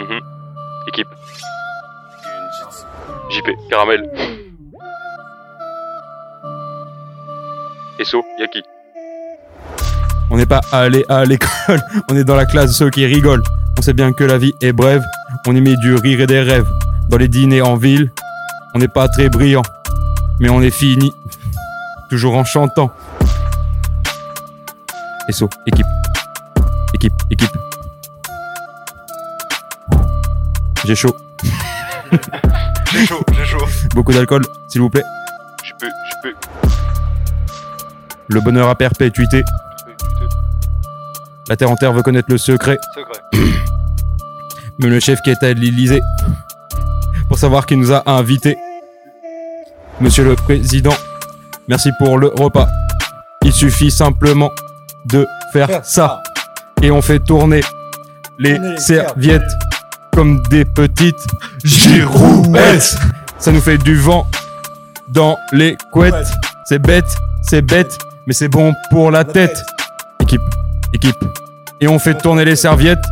Mhm. Équipe. JP, Caramel. Esso, Yaki. On n'est pas allé à l'école, on est dans la classe de ceux qui rigolent. On sait bien que la vie est brève, on y met du rire et des rêves. Dans les dîners en ville, on n'est pas très brillant, mais on est fini, toujours en chantant. Esso, équipe, équipe, équipe. J'ai chaud, J'ai chaud, j'ai chaud. beaucoup d'alcool, s'il vous plaît. Je peux, je peux. Le bonheur à perpétuité, la terre en terre veut connaître le secret. Secret. Même le chef qui était à l'Élysée. Pour savoir qui nous a invités. Monsieur le Président, merci pour le repas. Il suffit simplement de faire ça. Et on fait tourner les Tourner les serviettes comme des petites girouettes. Ça nous fait du vent dans les couettes. C'est bête, c'est bête, mais c'est bon pour la tête. Équipe, équipe. Et on fait tourner les serviettes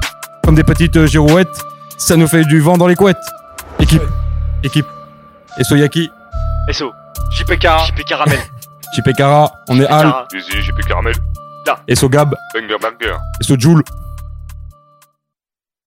comme des petites girouettes. Ça nous fait du vent dans les couettes. Équipe, équipe. Et Soyaki, SO. JPK. JP Caramel. Chipekara, on est Al, Tara. Easy, JP, Caramel. et Sogab, Banger, banger. et Sojoul,